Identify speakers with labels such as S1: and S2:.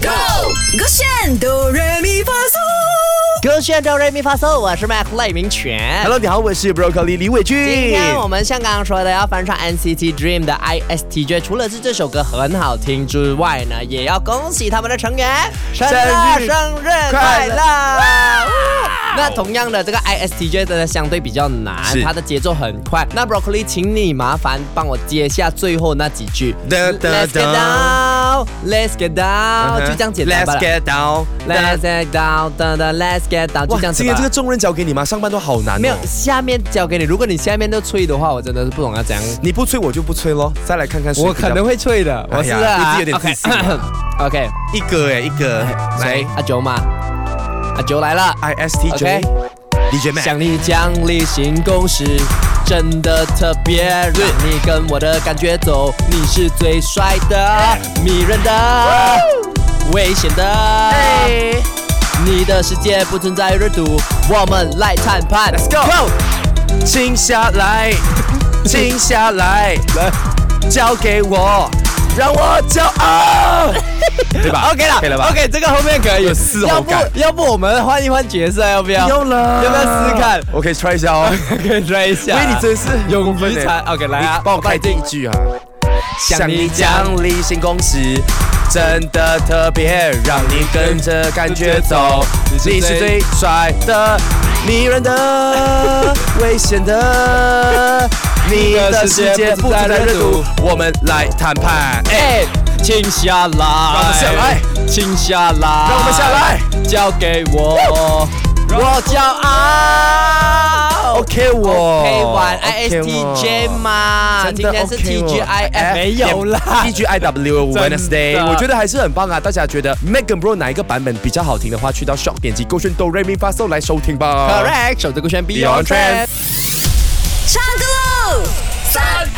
S1: Go，我选哆来咪发嗦。
S2: 歌炫哆瑞咪发嗦，我是 Mac 赖明全。
S3: Hello，你好，我是 Broccoli 李伟俊。
S2: 今天我们像刚刚说的，要翻唱 NCT Dream 的 ISTJ。除了是这首歌很好听之外呢，也要恭喜他们的成员生日
S3: 日
S2: 生日快
S3: 快
S2: 乐！
S3: 乐
S2: 哇那同样的，这个 ISTJ 真的相对比较难，
S3: 是
S2: 它的节奏很快。那 Broccoli，请你麻烦帮我接下最后那几句。
S3: 哒 Uh-huh
S2: Let's get down，Let's get down，、就这样简单吧
S3: 嗯 Let's。get down。
S2: Let's get down，哒哒，Let's get down，就
S3: 哇
S2: 这，样子
S3: 今
S2: 吧
S3: 天这。个重任交给你吗？上半段好难哦。
S2: 没有，下面交给你。如果你下面都吹的话，我真的是不懂啊要怎样。
S3: 你不吹我就不吹咯。再来看看谁比较
S2: 会吹的，我
S3: 哎
S2: 是
S3: 呀
S2: 啊
S3: 你自己有点自信
S2: OK，
S3: 一个哎，一个来
S2: 谁？阿九吗？阿九来了。
S3: ISTJ
S2: OK
S3: DJ Mac。
S2: 想你讲例行公事，真的特别让你跟我的感觉走，你是最帅的，迷人的，危险的。你的世界不存在热度，我们来谈判。
S3: Let's go，静下 来，静下来，交给我，让我骄 傲，对吧
S2: OK 了
S3: 可以了吧
S2: OK，这个后面可以。
S3: 有嘶吼
S2: 要不
S3: 感
S2: 要不我们换一换角色，要不要？
S3: 要了，
S2: 要不要试试看？
S3: 我可以 try 一下哦。
S2: 可以 try 一下。
S3: 喂，你真是
S2: 勇
S3: 过分
S2: 于
S3: 欸
S2: 才，OK，来啊
S3: 你帮我开
S2: 我帮
S3: 第
S2: 你
S3: 一句啊。向你讲例行公事，真的特别，让你跟着感觉走。你是最帅的，迷人 的，危险的。你的世界不存在热度，我们来谈判。哎，
S2: 哎，请下来，让
S3: 我们下来，
S2: 请下来，
S3: 让我们下来，
S2: 交给我，我骄傲。
S3: OK 我
S2: K 玩
S3: 哦 OK 我
S2: ISTJ 嘛，今
S3: 真的
S2: 天是
S3: OK 哦
S2: TGIF 没有 啦。
S3: TGIW
S2: 真
S3: Wednesday，
S2: 的
S3: 我觉得还是很棒啊！大家觉得 Megan Bro 哪一个版本比较好听的话，去到 Shop 点击勾选 Do Re Mi Fa So 来收听吧。
S2: Correct，手这个选 Beyond
S3: Beyond
S2: Trend
S3: Trend。
S1: 唱歌喽，三